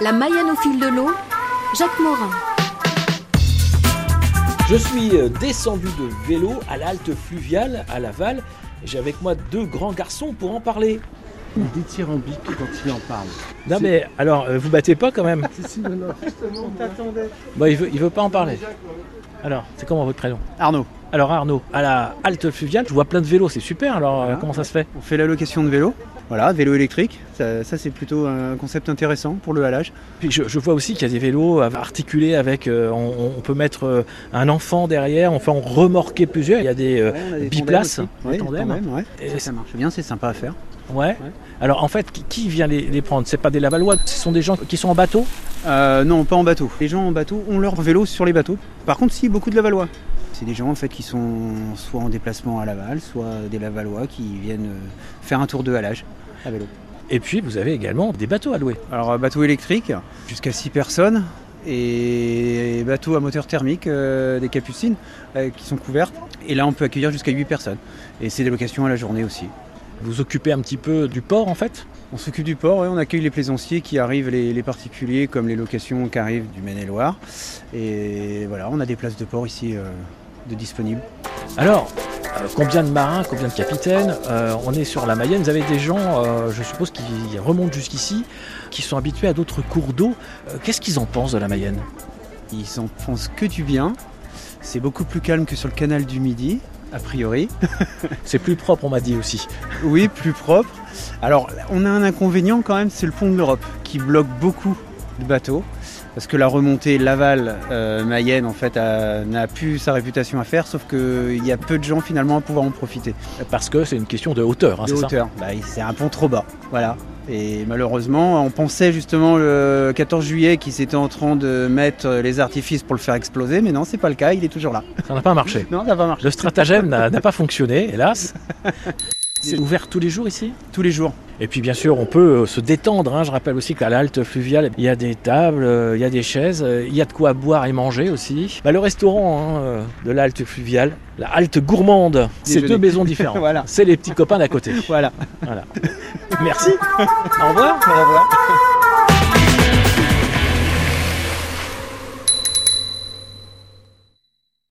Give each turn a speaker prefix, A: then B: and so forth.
A: La Mayenne au fil de l'eau, Jacques Morin.
B: Je suis euh, descendu de vélo à l'halte fluviale à Laval. et J'ai avec moi deux grands garçons pour en parler.
C: Il est dithyrambique quand il en parle.
B: Non
C: C'est-
B: mais alors, euh, vous battez pas quand même
C: Si, si, non, non.
B: Bah, il, veut, il veut pas en parler. Alors, c'est comment votre prénom
C: Arnaud,
B: Alors Arnaud, à la halte fluviale, je vois plein de vélos, c'est super. Alors, euh,
C: Voilà.
B: comment ça se fait
C: on fait la location de vélo. Voilà, vélo électrique. Ça, ça, c'est plutôt un concept intéressant pour le halage.
B: Puis je, je vois aussi qu'il y a des vélos av- articulés avec... euh, on, on peut mettre euh, un enfant derrière, enfin on remorquer plusieurs. Il y a des... euh,
C: Ouais, on a des
B: biplace,
C: tandems aussi.
B: des
C: Ouais, des
B: tandems.
C: tandems, ouais.
B: Et
C: Ça, hein. Ça marche bien, c'est sympa à faire.
B: ouais. Alors en fait, qui, qui vient les, les prendre C'est pas des Lavalois, ce sont des gens qui sont en bateau
C: Euh, non, pas en bateau. Les gens en bateau ont leur vélo sur les bateaux. Par contre, si, beaucoup de Lavallois. C'est des gens en fait qui sont soit en déplacement à Laval, soit des Lavallois qui viennent euh, faire un tour de halage à vélo.
B: Et puis vous avez également des bateaux à louer.
C: Alors euh, bateau électrique, jusqu'à 6 personnes, et bateau à moteur thermique euh, des capucines euh, qui sont couvertes. Et là on peut accueillir jusqu'à 8 personnes. Et c'est des locations à la journée aussi.
B: Vous occupez un petit peu du port en fait
C: On s'occupe du port et on accueille les plaisanciers qui arrivent, les, les particuliers comme les locations qui arrivent du Maine-et-Loire. Et voilà, on a des places de port ici euh, de disponibles.
B: Alors, euh, combien de marins, combien de capitaines Euh, On est sur la Mayenne. Vous avez des gens, euh, je suppose, qui remontent jusqu'ici, qui sont habitués à d'autres cours d'eau. Euh, Qu'est-ce qu'ils en pensent de la Mayenne
C: Ils s'en pensent que du bien. C'est beaucoup plus calme que sur le canal du Midi, a priori.
B: C'est plus propre, on m'a dit aussi.
C: Oui, plus propre. Alors, on a un inconvénient quand même, c'est le pont de l'Europe qui bloque beaucoup de bateaux. Parce que la remontée Laval-Mayenne, en fait, a- n'a plus sa réputation à faire, sauf qu'il y a peu de gens finalement à pouvoir en profiter.
B: Parce que c'est une question de hauteur, hein,
C: de
B: c'est ça
C: hauteur, Bah, c'est un pont trop bas. Voilà. Et malheureusement, on pensait justement le 14 juillet qu'ils étaient en train de mettre les artifices pour le faire exploser, mais non, c'est pas le cas, il est toujours là.
B: Ça n'a pas marché.
C: Non, ça va marcher.
B: Le stratagème n'a n'a pas fonctionné, hélas. C'est ouvert tous les jours ici
C: Tous les jours.
B: Et puis bien sûr, on peut euh, se détendre. hein. Je rappelle aussi qu'à la halte fluviale, il y a des tables, euh, il y a des chaises, euh, il y a de quoi boire et manger aussi. Bah, le restaurant hein, euh, de la halte fluviale, la halte gourmande, c'est
C: Déjeuner.
B: deux maisons différentes.
C: Voilà.
B: C'est les petits copains d'à côté.
C: Voilà.
B: Merci. Au revoir.
C: Au revoir.